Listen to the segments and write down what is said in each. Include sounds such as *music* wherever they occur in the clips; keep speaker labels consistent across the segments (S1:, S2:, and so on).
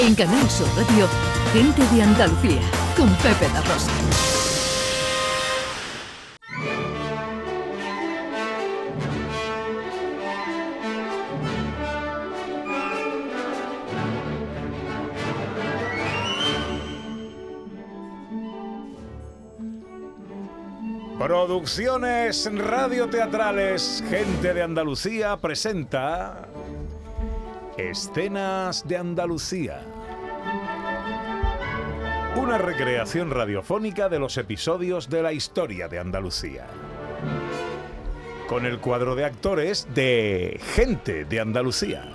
S1: En Canal Sur Radio, Gente de Andalucía, con Pepe La Rosa.
S2: Producciones radioteatrales Gente de Andalucía presenta Escenas de Andalucía. Una recreación radiofónica de los episodios de la historia de Andalucía. Con el cuadro de actores de Gente de Andalucía.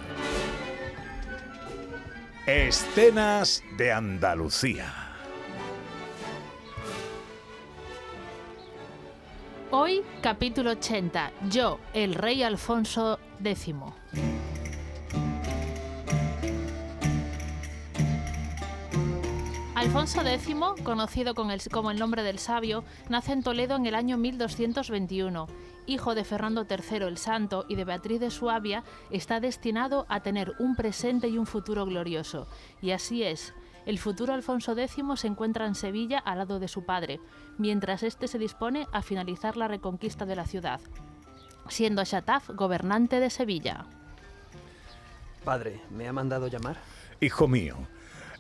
S2: Escenas de Andalucía.
S3: Hoy, capítulo 80. Yo, el rey Alfonso X. Alfonso X, conocido con el- como el nombre del sabio, nace en Toledo en el año 1221. Hijo de Fernando III el Santo y de Beatriz de Suabia, está destinado a tener un presente y un futuro glorioso. Y así es. El futuro Alfonso X se encuentra en Sevilla al lado de su padre, mientras este se dispone a finalizar la reconquista de la ciudad, siendo Ashataf gobernante de Sevilla.
S4: Padre, ¿me ha mandado llamar?
S2: Hijo mío,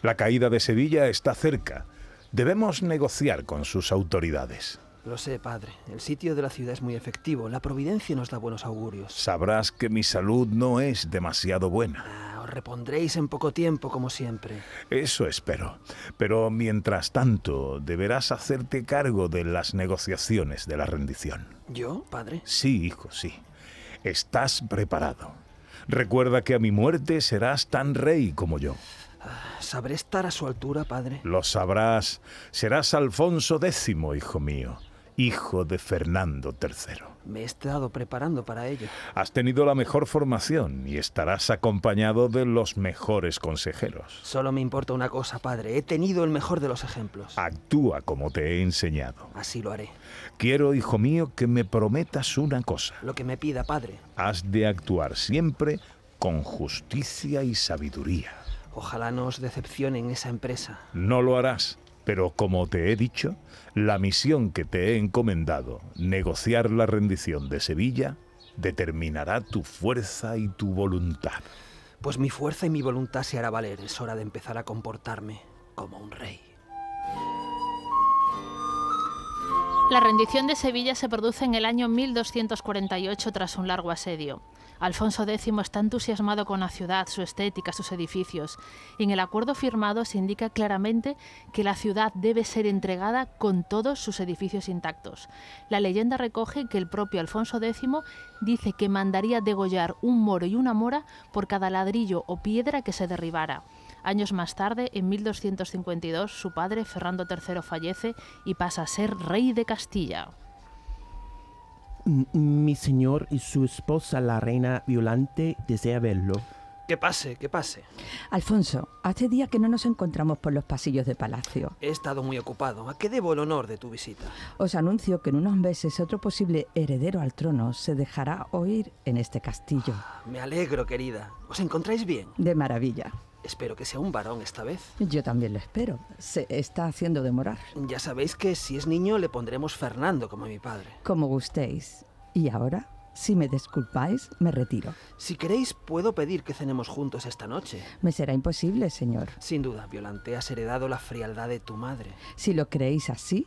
S2: la caída de Sevilla está cerca. Debemos negociar con sus autoridades.
S4: Lo sé, padre. El sitio de la ciudad es muy efectivo. La providencia nos da buenos augurios.
S2: Sabrás que mi salud no es demasiado buena.
S4: Ah, os repondréis en poco tiempo, como siempre.
S2: Eso espero. Pero mientras tanto, deberás hacerte cargo de las negociaciones de la rendición.
S4: ¿Yo, padre?
S2: Sí, hijo, sí. Estás preparado. Recuerda que a mi muerte serás tan rey como yo.
S4: ¿Sabré estar a su altura, padre?
S2: Lo sabrás. Serás Alfonso X, hijo mío, hijo de Fernando III.
S4: Me he estado preparando para ello.
S2: Has tenido la mejor formación y estarás acompañado de los mejores consejeros.
S4: Solo me importa una cosa, padre. He tenido el mejor de los ejemplos.
S2: Actúa como te he enseñado.
S4: Así lo haré.
S2: Quiero, hijo mío, que me prometas una cosa.
S4: Lo que me pida, padre.
S2: Has de actuar siempre con justicia y sabiduría.
S4: Ojalá no os decepcionen esa empresa.
S2: No lo harás, pero como te he dicho, la misión que te he encomendado, negociar la rendición de Sevilla, determinará tu fuerza y tu voluntad.
S4: Pues mi fuerza y mi voluntad se hará valer. Es hora de empezar a comportarme como un rey.
S3: La rendición de Sevilla se produce en el año 1248 tras un largo asedio. Alfonso X está entusiasmado con la ciudad, su estética, sus edificios, y en el acuerdo firmado se indica claramente que la ciudad debe ser entregada con todos sus edificios intactos. La leyenda recoge que el propio Alfonso X dice que mandaría degollar un moro y una mora por cada ladrillo o piedra que se derribara. Años más tarde, en 1252, su padre Fernando III fallece y pasa a ser rey de Castilla.
S5: M- Mi señor y su esposa, la reina Violante, desea verlo.
S4: Que pase, que pase.
S6: Alfonso, hace días que no nos encontramos por los pasillos de palacio.
S4: He estado muy ocupado. ¿A qué debo el honor de tu visita?
S6: Os anuncio que en unos meses otro posible heredero al trono se dejará oír en este castillo.
S4: Me alegro, querida. ¿Os encontráis bien?
S6: De maravilla.
S4: Espero que sea un varón esta vez.
S6: Yo también lo espero. Se está haciendo demorar.
S4: Ya sabéis que si es niño le pondremos Fernando como a mi padre.
S6: Como gustéis. Y ahora, si me disculpáis, me retiro.
S4: Si queréis, puedo pedir que cenemos juntos esta noche.
S6: Me será imposible, señor.
S4: Sin duda, Violante, has heredado la frialdad de tu madre.
S6: Si lo creéis así,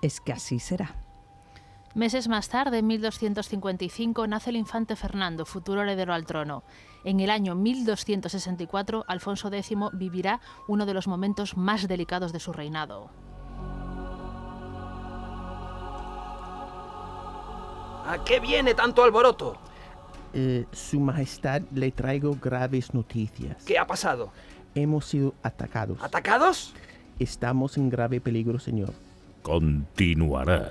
S6: es que así será.
S3: Meses más tarde, en 1255, nace el infante Fernando, futuro heredero al trono. En el año 1264, Alfonso X vivirá uno de los momentos más delicados de su reinado.
S4: ¿A qué viene tanto alboroto?
S5: Eh, su majestad le traigo graves noticias.
S4: ¿Qué ha pasado?
S5: Hemos sido atacados.
S4: ¿Atacados?
S5: Estamos en grave peligro, señor.
S2: *laughs*
S7: continuará.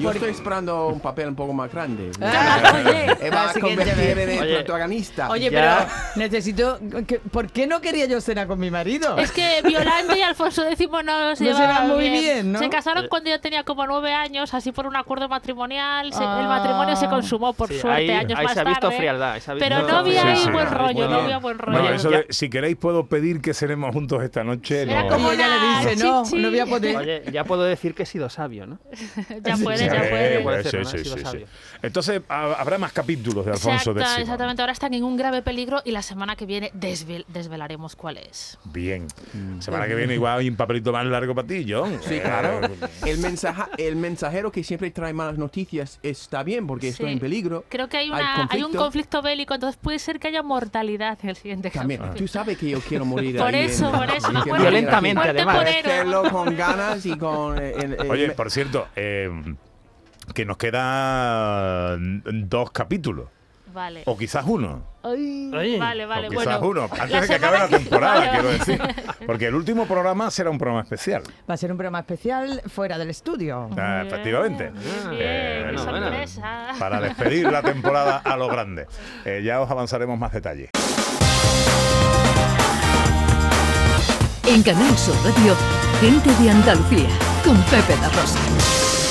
S8: Yo estoy esperando un papel un poco más grande.
S3: *laughs* Ah,
S9: oye,
S8: Eva
S9: la
S8: a
S9: siguiente
S8: convertir
S9: vez.
S8: en el
S10: Oye.
S8: protagonista.
S9: Oye,
S10: Ya.
S9: pero necesito. que- ¿Por qué no quería yo cenar con mi marido?
S3: Es que Violante y Alfonso X no se
S9: No se
S3: llevaban
S9: van muy bien, ¿no? Eh.
S3: Se casaron cuando yo tenía como nueve años, así por un acuerdo matrimonial. se- el
S9: Ah.
S3: matrimonio se consumó, por
S10: Sí,
S3: suerte,
S10: ahí-
S3: años
S10: ahí
S3: más
S10: se ha visto
S3: tarde.
S10: frialdad, se ha visto-
S3: pero no
S10: Sí,
S3: había
S10: sí,
S3: buen
S10: sí,
S3: rollo,
S10: muy
S3: no
S10: bien.
S3: había buen rollo.
S2: No, eso
S10: ya-
S2: de- si queréis puedo pedir que cenemos juntos esta noche.
S3: Era
S2: no.
S3: como
S9: Como ella
S3: la
S9: le dice, no,
S3: chichi.
S9: no voy a poder.
S10: Oye, ya puedo decir que he sido sabio, ¿no?
S3: ya puedes,
S2: Sí,
S3: ya
S10: puede,
S2: eh,
S10: puede
S2: eh,
S10: ser, ¿no?
S2: sí,
S10: Ha
S2: sí,
S10: sido
S2: sí, sí.
S10: sabio.
S2: Entonces ha- habrá más capítulos de Alfonso
S3: Exacta-
S2: X.
S3: exactamente, ahora están en un grave peligro y la semana que viene desvel- desvelaremos cuál es.
S2: Bien.
S10: Mm.
S2: Semana que viene igual hay un papelito más largo para ti, John.
S8: Sí,
S2: Eh,
S8: claro. El, mensaja, el mensajero que siempre trae malas noticias está bien porque está
S3: Sí.
S8: en peligro.
S3: Creo que hay, una, hay, un conflicto bélico, entonces puede ser que haya mortalidad en el siguiente Ah.
S8: También,
S10: Ah.
S3: capítulo.
S8: tú sabes que yo quiero morir
S3: Por
S8: ahí en-
S3: eso, por eso,
S8: y
S3: no
S8: que
S3: puedes-
S10: Violentamente,
S3: ponte
S10: además.
S3: por héroe.
S8: Hacerlo con ganas y con... eh, el- el-
S2: Oye,
S8: me-
S2: por cierto, eh, que nos quedan dos capítulos.
S3: Vale.
S2: O quizás uno.
S10: Ay.
S3: Vale, vale,
S2: o quizás
S3: bueno.
S2: uno.
S3: *laughs* la
S2: Antes de que acabe la
S3: semana que-
S2: temporada,
S3: *laughs* Vale,
S2: quiero
S3: vale.
S2: decir. Porque el último programa será un programa especial. eh,
S9: Va a ser un programa especial fuera del estudio.
S2: Ah,
S3: Bien,
S2: efectivamente.
S3: Muy bien,
S2: Eh,
S3: qué
S10: bueno, bueno.
S3: sorpresa.
S2: Para despedir la temporada a lo grande. Eh, ya os avanzaremos más detalles.
S1: En Canal Sur Radio, gente de Andalucía, con Pepe da Rosa.